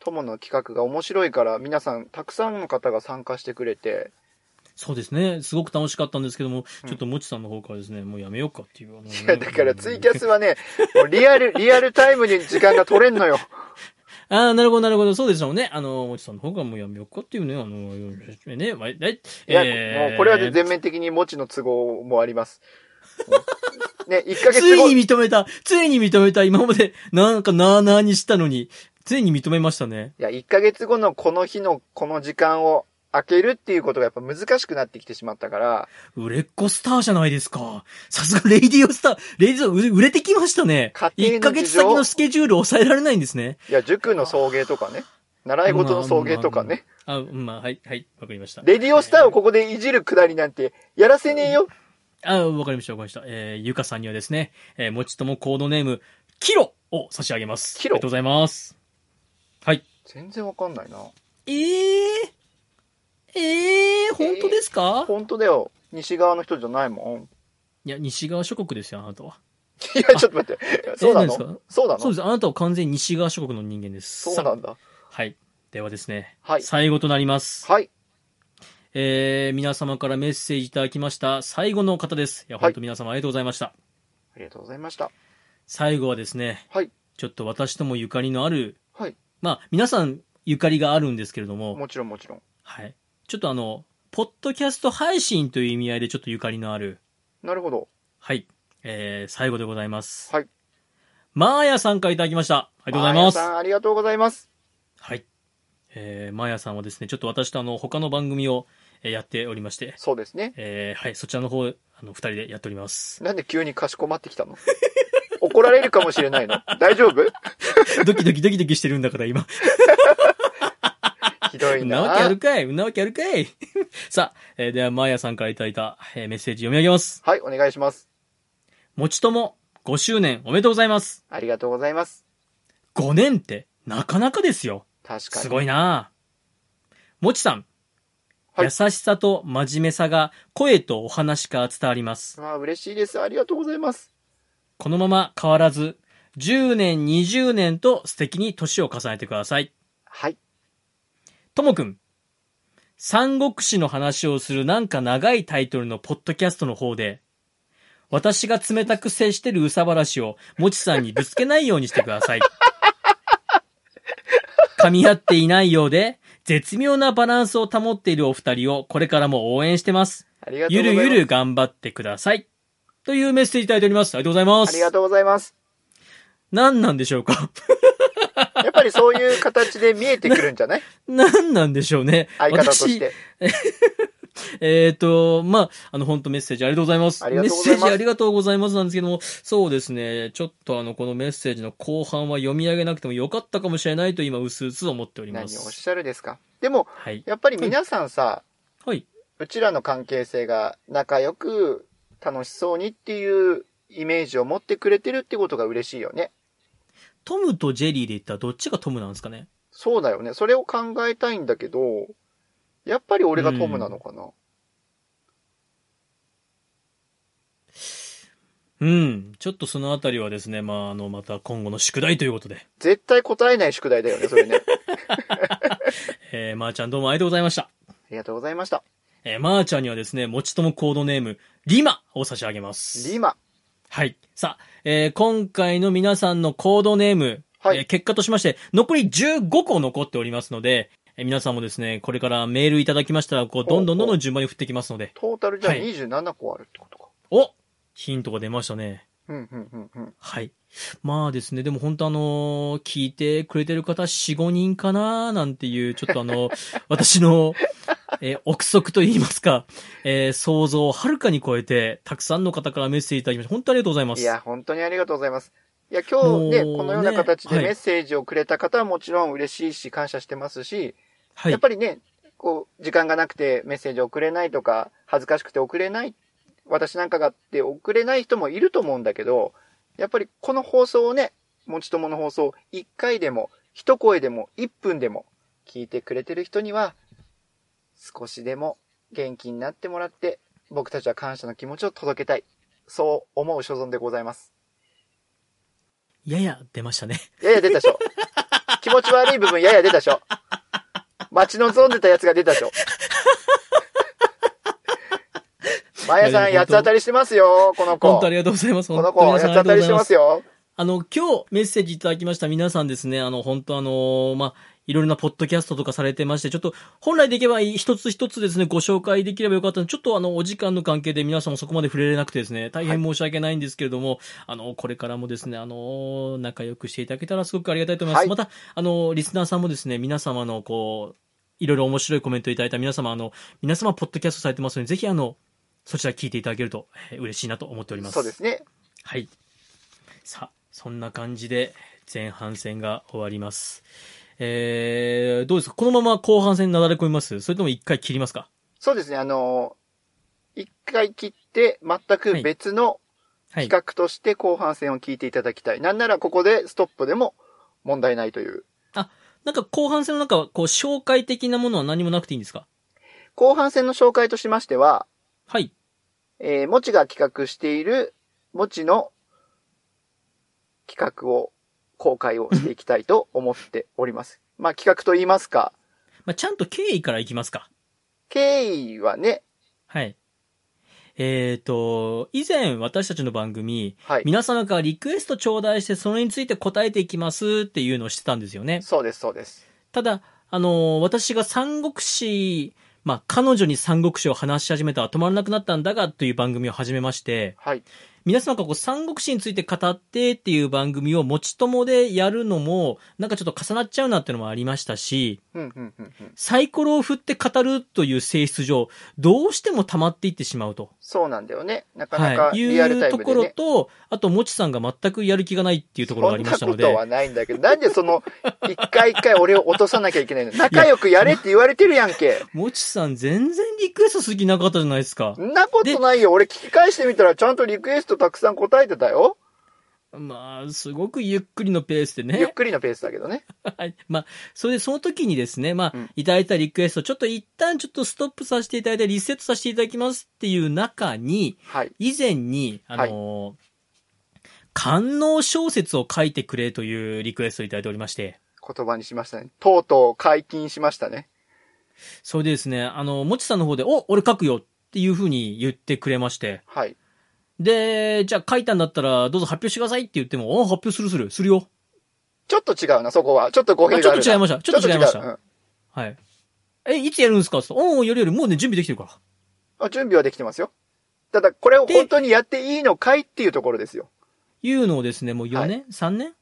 友の企画が面白いから、皆さん、たくさんの方が参加してくれて、
そうですね。すごく楽しかったんですけども、
うん
ちょっともちさんの方からですね、もうやめようかっていう。あの
いや、だからツイキャスはね、もうリ アル、リアルタイムに時間が取れんのよ。
ああ、なるほど、なるほど。そうでしょうね。あの、もちさんの方がもうやめようかっていうね、あの、ね、まあだい
いや、
えー
もうこれはね全面的に持ちの都合もあ ります。ね、1ヶ
つ
月後
い、に認めた、ついに認めた、今まで、なんかなあなあにしたのに、ついに認めましたね。
いや、1ヶ月後のこの日のこの時間を開けるっていうことがやっぱ難しくなってきてしまったから、
売れっ子スターじゃないですか。さすがレイディオスター、レイディオ、売れ売れてきましたね。
家
1
庭
ヶ
の事情
月先のスケジュール抑えられないんですね。
いや、塾の送迎とかね、習い事の送迎とかね、
あ、うんまあ、はい、はい、わかりました。
レディオスターをここでいじるくだりなんて、やらせねえよ。
あ、わかりました、わかりました。えー、ゆかさんにはですね、えー、もちともコードネーム、キロを差し上げます。
キロ
ありがとうございます。はい。
全然わかんないな。
えー、えー、本当ですか、
本当だよ。西側の人じゃないもん。
いや、西側諸国ですよ、あなたは。
いや、ちょっと待って。 そうな
何です
のそうな
そう
の
です、あなたは完全に西側諸国の人間です。
そうなん
さ
だ。
あはい。ではですね、
はい
最後となります。
はい。
えー、皆様からメッセージいただきました、最後の方です。いや、
はい
本当皆様ありがとうございました。
ありがとうございました。
最後はですね、
はい。
ちょっと私ともゆかりのある、
はい。
まあ、皆さんゆかりがあるんですけれども、
もちろんもちろん。
はい。ちょっとあの、ポッドキャスト配信という意味合いでちょっとゆかりのある、
なるほど。
はい。えー、最後でございます。
はい。
マーヤさんからいただきました。あ
あ
りがとうございます。
さん、ありがとうございます。
はい。えー、マーヤさんはですね、ちょっと私とあの、他の番組をえーやっておりまして、
そうですね。
えー、はい、そちらの方、あの、二人でやっております。
なんで急にかしこまってきたの 怒られるかもしれないの大丈夫
ドキドキドキドキしてるんだから今。
ひどい
んなわけあ
な
る。かいんなわけあるかい さあ、えー、ではマーヤさんからいただいた、えーメッセージ読み上げます。
はい、お願いします。
もちとも5周年おめでとうございます。
ありがとうございます。
5年ってなかなかですよ。
確かに。
すごいなあもちさん。
はい
優しさと真面目さが声とお話から伝わります。
まあ、嬉しいです。ありがとうございます。
このまま変わらず、10年、20年と素敵に年を重ねてください。
はい。
ともくん。三国志の話をするなんか長いタイトルのポッドキャストの方で、私が冷たく接してるうさばらしを、もちさんにぶつけないようにしてください。 噛み合っていないようで、絶妙なバランスを保っているお二人をこれからも応援してます。
ありがとう
ゆ
ござ
る
います。
ゆる頑張ってください。というメッセージいただいております。ありがとうございま
あ
す
り。がとうございます。
何なんでしょうか
やっぱりそういう形で見えてくるん じゃない
何なんでしょうね。
相方として。
私。えっ、と、まあ、あの、本当メッセージありがとうございます。
ありがとうございます
メッセージありがとうございますなんですけども、そうですね、ちょっとあの、このメッセージの後半は読み上げなくてもよかったかもしれないと今、うすうす思っており
何をお
ま
っ
す。
しゃるですか。でも、
はい。
やっぱり皆さんさ、
はい。
うちらの関係性が仲良く楽しそうにっていうイメージを持ってくれてるってことが嬉しいよね。
トムとジェリーで言ったらどっちがトムなんですかね
そうだよね。それを考えたいんだけど、やっぱり俺がトムなのかな。
うん。ちょっとそのあたりはですね、まあ、あの、また今後の宿題ということで。
絶対答えない宿題だよね、そ れね。あ
えー、まー、ちゃんどうもありがとうございました。
りがとうございました。
えー、まー、ちゃんにはですね、もちともコードネーム、リマを差し上げます。
リマ。
はい。さあ、えー今回の皆さんのコードネーム、
はい
えー結果としまして、残り15個残っておりますので、えー皆さんもですね、これからメールいただきましたら、こう、どんどんどんどん順番に振ってきますので、
トータルじゃあ
はい
27個あるってことか。
おヒントが出ましたね。
うん、うん、うん、うん。
はい。まあですね、でも本当あのー聞いてくれてる方4、5人かななんていう、ちょっとあ の、私の、えー憶測と言いますか、えー想像をはるかに超えて、たくさんの方からメッセージいただきまして、本当にありがとうございます。
いや、本当にありがとうございます。いや、今日ね、
もうね
このような形で
はい
メッセージをくれた方はもちろん嬉しいし、感謝してますし、
はい
やっ。ぱりね、こう、時間がなくてメッセージ送れないとか、恥ずかしくて送れない、私なんかがあって送れない人もいると思うんだけど、やっぱりこの放送をね、持ち友の放送を1回でも、一声でも、1分でも聞いてくれてる人には、少しでも元気になってもらって、僕たちは感謝の気持ちを届けたい。そう思う所存でございます。
やや出ましたね。
やや出たでしょ。気持ち悪い部分やや出たでしょ。待ち望んでたやつが出たでしょ。まやさん、
いや
八つ当たりしてますよ、この子。
本当あ
こ
りがとうございます。
の子、
本当皆
八つ
さん
当たりしてますよ。
あの、今日メッセージいただきました皆さんですね、あの、本当あのーまあ、いろいろなポッドキャストとかされてまして、ちょっと、本来でいけば一つ一つですね、ご紹介できればよかったので、ちょっとあの、お時間の関係で皆さんもそこまで触れれなくてですね、大変申し訳ないんですけれども、あの、これからもですね、あのー仲良くしていただけたらすごくありがたいと思います。
はい
また、あのーリスナーさんもですね、皆様の、こう、いろいろ面白いコメントいただいた皆様、あの、皆様、ポッドキャストされてますので、ぜひあの、そちら聞いていただけると、えー嬉しいなと思っております。
そうですね。
はい。さあ、そんな感じで前半戦が終わります。えー、どうですかこのまま後半戦なだれ込みますそれとも一回切りますか
そうですね、あのー一回切って、全く別の
はい。
企画として後半戦を聞いていただきたい。なんならここでストップでも問題ないという。
なんか後半戦の中は、こう、紹介的なものは何もなくていいんですか
後半戦の紹介としましては、
はい。
えー、もちが企画している、もちの企画を、公開をしていきたいと思っております。 まあ企画と言いますか、
まあ、ちゃんと経緯からいきますか。
経緯はね、
はい。えーと、以前私たちの番組、
はい。
皆様からリクエスト頂戴して、それについて答えていきますっていうのをしてたんですよね。
そうです、そうです。
ただ、あのー私が三国志、まあ、彼女に三国志を話し始めたら止まらなくなったんだがという番組を始めまして、
はい。
皆さんがこう三国志について語ってっていう番組を持ち友でやるのも、なんかちょっと重なっちゃうなっていうのもありましたし、
うん、うん、うん、うん。
サイコロを振って語るという性質上、どうしても溜まっていってしまうと。
そうなんだよね。なかなか
はい。
リアル
い
タ
う
イ
と
ムで
こ
ね。
ろと、あと、もちさんが全くやる気がないっていうところがありました
そん
の
なこと
で
は、ないんだけど、なんでその、一回一回俺を落とさなきゃいけないの仲良くやれって言われて るやんけ。
もちさん全然リクエストする気なかったじゃないですか。
そんなことないよ。俺聞き返してみたらちゃんとリクエストたくさん答えてたよ。
まあ、すごくゆっくりのペースでね。
ゆっくりのペースだけどね。
はい。まあ、それでその時にですね、まあ
うん、
いただいたリクエスト、ちょっと一旦ちょっとストップさせていただいて、リセットさせていただきますっていう中に、
はい。
以前に、あのー官能小説を書いてくれというリクエストをいただいておりまして、
言葉にしましたね。とうとう解禁しましたね。
それでですね、あの、もちさんの方で、お、俺書くよっていうふうに言ってくれまして、
はい。
で、じゃあ書いたんだったら、どうぞ発表してくださいって言っても、お、発表するする、するよ。
ちょっと違うな、そこは。ちょっと語弊があるな。
あちょっと違いましたちょっと違いました
ちょっと違ううん
はい。え、いつやるんですかって言ったらおん、やるやる、もうね、準備できてるから。
あ準備はできてますよ。ただ、これを本当にやっていいのかいっていうところですよ。
いうのをですね、もう4年、?3 年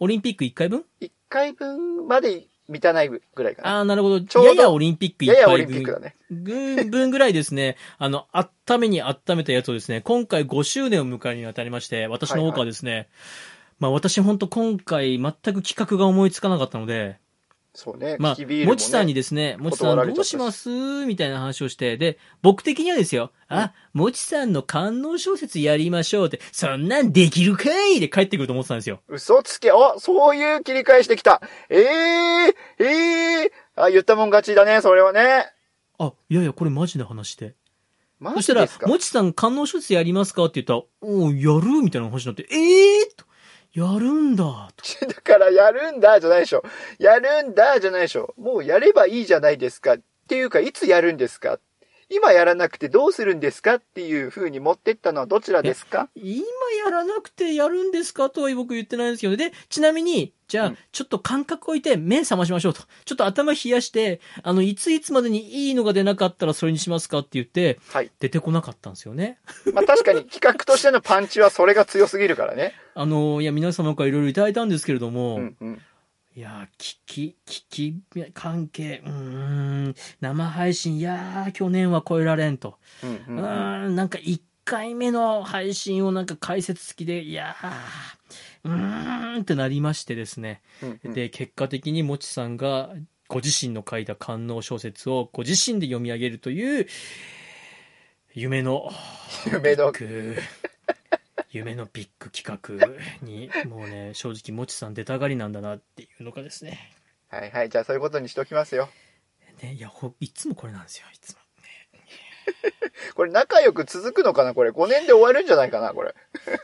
オリンピック1回分
1回分まで満たないぐらいかな。
ああ、なるほど。
ちょうど
ややオリンピックい
や
っ
や
ぱ
オ
い
リンピック
分
だね。
分分ぐらいですね、 あの、温めに温めたやつをですね、今回5周年を迎えるにあたりまして、私の方からですね、まあ私本当今回全く企画が思いつかなかったので、
そうね。
まあ、
キビールも、ね。
もちさんにですね、もちさん
断られちゃっ
どう
たし
しますみたいな話をして、で、僕的にはですよ、あ、もちさんの観音小説やりましょうって、そんなんできるかいで帰ってくると思ってたんですよ。
嘘つけおそういう切り返してきたええええあ、言ったもん勝ちだね、それはね。
あ、いやいや、これマジな話で。
マ
そし
ジ
た
で
ら
す、か
もちさん観音小説やりますかって言ったら、おうやるみたいな話になって、ええー、と、やるんだ、と。
だから、やるんだ、じゃないでしょ。やるんだ、じゃないでしょ。もうやればいいじゃないですか。っていうか、いつやるんですか今やらなくてどうするんですかっていう風に持ってったのはどちらですか
今やらなくてやるんですかとは僕言ってないんですけど、ね、で、ちなみに、じゃ
う
あ
ん、
ちょっと感覚置いて目覚ましましょうと。ちょっと頭冷やして、あの、いついつまでにいいのが出なかったらそれにしますかって言って、
はい。
出てこなかったんですよね。
まあ、確かに企画としてのパンチはそれが強すぎるからね。
あの、いや、皆様からいろいろいただいたんですけれども、
うんうん。
いやー、聞き、聞き、関係、うーん、生配信、いやー、去年は超えられんと。
うんう
うん
うん
ーん、なんか1回目の配信をなんか解説付きで、いやー、うーんってなりましてですね。
うんうん。
で、結果的にもちさんがご自身の書いた官能小説をご自身で読み上げるという、夢の、
夢の
ビッグ夢のビッグ企画に、もうね、正直もちさん出たがりなんだなっていうのがですね。
はいはい。じゃあ、そういうことにしときますよ。
ね、いや、ほ、いつもこれなんですよ、いつも。
これ仲良く続くのかなこれ。5年で終わるんじゃないかなこれ。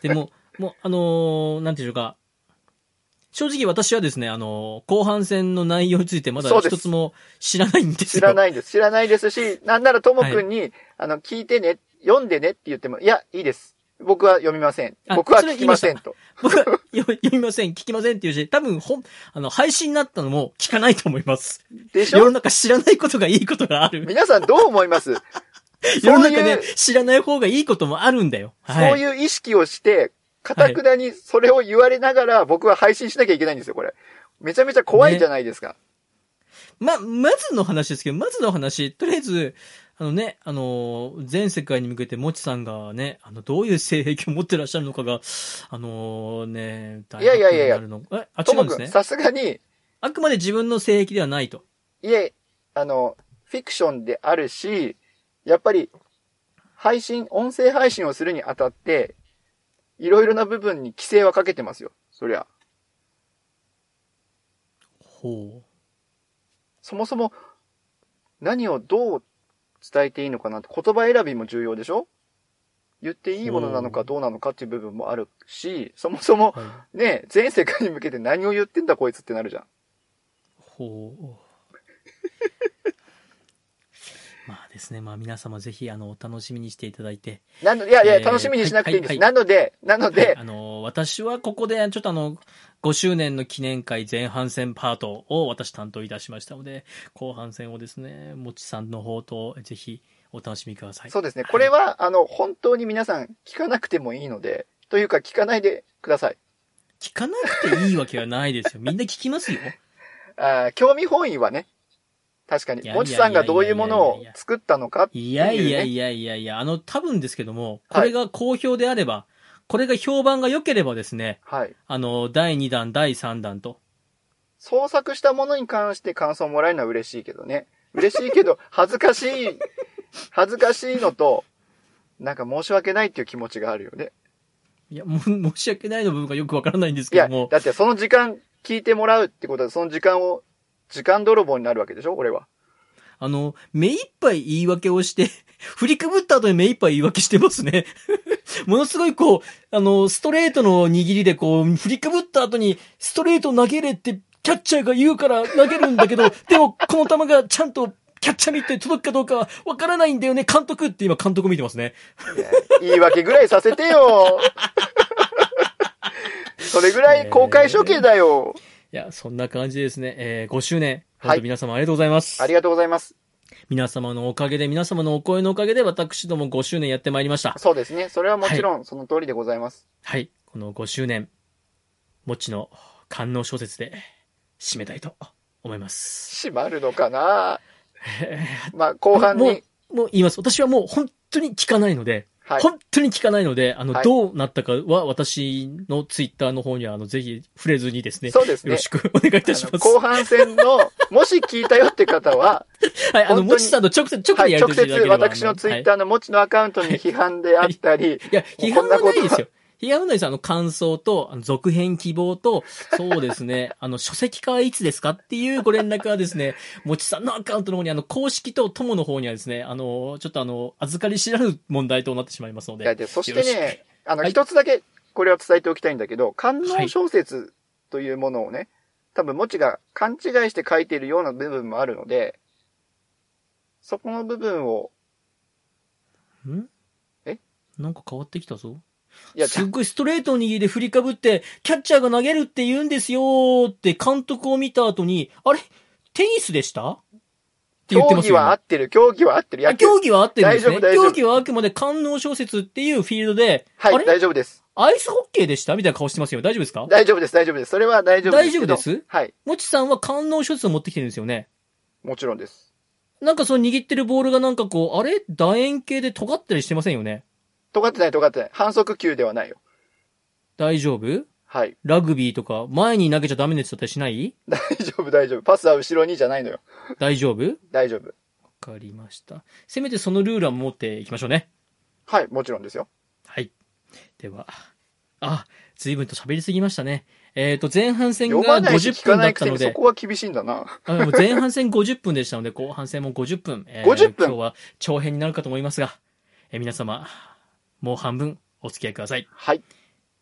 でも、 もう、あのーなんていうか、正直私はですね、あのー後半戦の内容についてまだ
そうです
一つも知らないんです
知
よ。
らないです。知らないですし、なんならともくんに、あの、聞いてね、読んでねって言っても、いや、いいです。僕は読みません。
あ
僕は
それ
聞きませんと。
僕はよ読みません、聞きませんっていうし、多分本、あの、配信になったのも聞かないと思います。
でし
世の
ょ
中知らないことがいいことがある。
皆さんどう思 います、
世の中ね
そうい、
知らない方がいいこともあるんだよ。はい。
そういう意識をして、かたくなにそれを言われながら僕は配信しなきゃいけないんですよ、これ。めちゃめちゃ怖いじゃないですか。
ま、まずの話ですけど、まずの話、とりあえず、あのね、あのー、全世界に向けて、もちさんがね、あの、どういう性癖を持ってらっしゃるのかが、あのーね、大
いやいやいやいや
発表になるのえ、あ、
と
違う
も
んです
くん、
ね。
さすがに、
あくまで自分の性癖ではないと。
いえ、あの、フィクションであるし、やっぱり、配信、音声配信をするにあたって、いろいろな部分に規制はかけてますよ。そりゃ。
ほ
そもそも何をどう伝えていいのかなって言葉選びも重要でしょ言っていいものなのかどうなのかっていう部分もあるし、そもそも
う。はい。
ね、全世界に向けて何を言ってんだこいつってなるじゃん。
ほ う。まあですね、まあ皆様ぜひ、あの、お楽しみにしていただいて、
なのいやいや、
えー
楽しみにしなくていいんです。
はいは
なので、なの
はい
で、
あのー、私はここで、ちょっとあの、5周年の記念会前半戦パートを私担当いたしましたので、後半戦をですね、もちさんの方とぜひお楽しみください。
そうですね。これは、あの、本当に皆さん聞かなくてもいいので、というか聞かないでください。
聞かなくていいわけはないですよ。みんな聞きますよ。
あー興味本位はね、確か
い
に、
や
もちさんがどういうもの
いやいやいや
を
いや
作ったのかっていう、ね。
いやいやいやいやいや、あの、多分ですけども、こ
はい
れが好評であれば、これが評判が良ければですね、
はい。
あの、第2弾、第3弾と、
創作したものに関して感想をもらえるのは嬉しいけどね。嬉しい けど、恥ずかしい、恥ずかしいのと、なんか申し訳ないっていう気持ちがあるよね。
いや、もう、申し訳ないの部分がよくわからないんです
い
け
や
ども、、
だってその時間聞いてもらうってことは、その時間を、時間泥棒になるわけでしょ俺は。
あの、目いっぱい言い訳をして、 振りくぶった後に目いっぱい言い訳してますね。 ものすごいこう、あの、ストレートの握りでこう、振りくぶった後に、ストレート投げれって、キャッチャーが言うから投げるんだけど、 でも、この球がちゃんと、キャッチャー見て届くかどうかわからないんだよね、監督って今監督見てますね。
いや言い訳ぐらいさせ てよそれぐらい公開処刑だよ、
いや、そんな感じですね。えー、5周年。
は
本
い
当皆様ありがとうございます。
ありがとうございます。
皆様のおかげで、皆様のお声のおかげで、私ども5周年やってまいりました。
そうですね。それはもちろんその通りでございます。
はい、この5周年、もちの官能小説で締めたいと思います。
閉まるのかな
え
まあ、後半
もー
に、
もう言います。私はもう本当に聞かないので、
はい。
本当に聞かないので、あの、
はい
どうなったかは私のツイッターの方には、あの、ぜひ触れずにですね、
そうです
よ
ね
ろし。くお願いいたし
あ
ま
の
す。
後半戦の、もし聞いたよって方は、
はい、あの、
本当に
もちさんと直接、直
は
で
い、
やり
直
取りいた
接
だければ。
私のツイッタ
ー。
ーのもちのアカウントに批判であったり、
いや、批判は
こん
な
なこと
い
は
ですよ。批判はないです。あの、感想と、あの続編希望と、そうですね、 あの、書籍化はいつですかっていうご連絡はですね、もちさんのアカウントの方に、あの、公式と友の方にはですね、あの、ちょっとあの、預かり知らぬ問題となってしまいますの
いや
で。
でそして
よろし
ね、あの、
はい
一つだけこれを伝えておきたいんだけど、観音小説というものをね、多分、もちが勘違いして書いているような部分もあるので、そこの部分を、
ん
え
なんか変わってきたぞ。
いや、
すっごいストレートの握りで振りかぶって、キャッチャーが投げるって言うんですよーって監督を見た後に、あれテニスでしたって言って
競
ます
技
よ、
は合ってる、競技は合ってる、
あ
野球。
競技は合ってるんですね。
大丈夫大丈夫
競技はあくまで官能小説っていうフィールドで、
は
あ
い、
れ
大丈夫です。
アイスホッケーでしたみたいな顔してますよ。大丈夫ですか
大丈夫です、大丈夫です。それは大丈夫ですけど。
大丈夫です
はい、
もちさんは官能小説を持ってきてるんですよね。
もちろんです。
なんかその握ってるボールがなんかこう、あれ楕円形で尖ったりしてませんよね。
尖ってない、尖ってない。反則球ではないよ。
大丈夫
はい。
ラグビーとか、前に投げちゃダメなやつだったりしない
大丈夫、大丈夫。パスは後ろにじゃないのよ。
大丈夫
大丈夫。
わかりました。せめてそのルールは持っていきましょうね。
はい、もちろんですよ。
はい。では、あ、随分と喋りすぎましたね。えっ、と、前半戦が
読まないし
50
聞か
分
な
だっ
いく
た
せ
の
にそ
で、
こは厳しいんだな。
あもう前半戦50分でしたので、後半戦も50分。えー
50分
今日は長編になるかと思いますが、えー皆様、もう半分お付き合いください。
はい。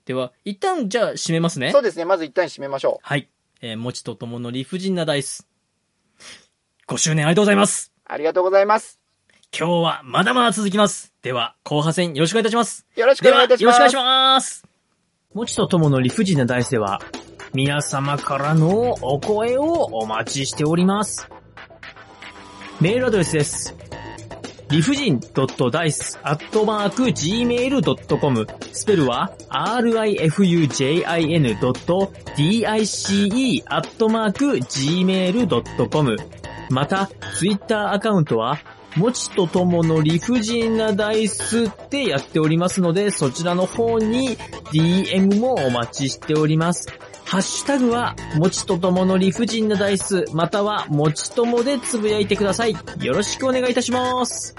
では、一旦じゃあ締めますね
そ。うですね。まず一旦締めましょう。
はい。えー、もちとともの理不尽なダイス。5周年ありがとうございます。
ありがとうございます。
今日はまだまだ続きます。では、後半戦よろしくお願いいたします。
よろしく
で
お願
は、
いい
よろ
た
し
し
くお
ま
願い
す
し。ます。もちとともの理不尽な大世は、皆様からのお声をお待ちしております。メールアドレスです。理不尽 .dice.gmail.com スペルは rifujin.dice.gmail.com また、ツイッターアカウントは、もちとともの理不尽なダイスってやっておりますので、そちらの方に DM もお待ちしております。ハッシュタグは、もちとともの理不尽なダイス、または、もちともでつぶやいてください。よろしくお願いいたします。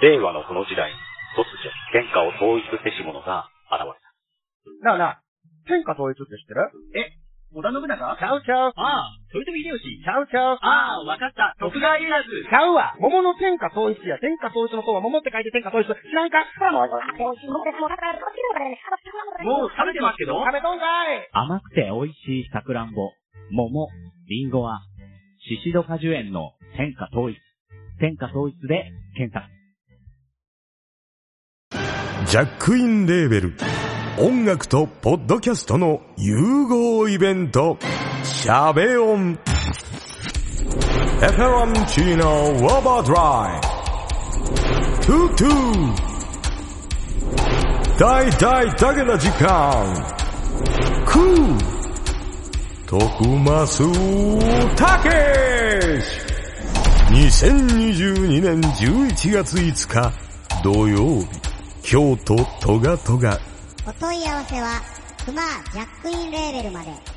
令和のこの時代、突如、天下を統一せし者が現れた。
なあなあ、天下統一って知ってるえ、織田信長ちゃうちゃう。ああ、豊臣秀吉。ちゃうちゃう。ああ、わかった。徳川家康。ちゃうわ。桃の天下統一や。天下統一の方は桃って書いて天下統一。知らんかもう
もう
食べてますけど食べとんかい
甘くて美味しいさくらんぼ、桃、りんごは、シシド果樹園の天下統一。天下統一で検索。
ジャックインレーベル音楽とポッドキャストの融合イベント「シャベオン」「エフェロンチーノウォーバードライ」「トゥトゥ」「大大だけな時間」「クー」「徳マスたけし」2022年11月5日土曜日京都トガトガ
お問い合わせは、クマージャックインレーベルまで。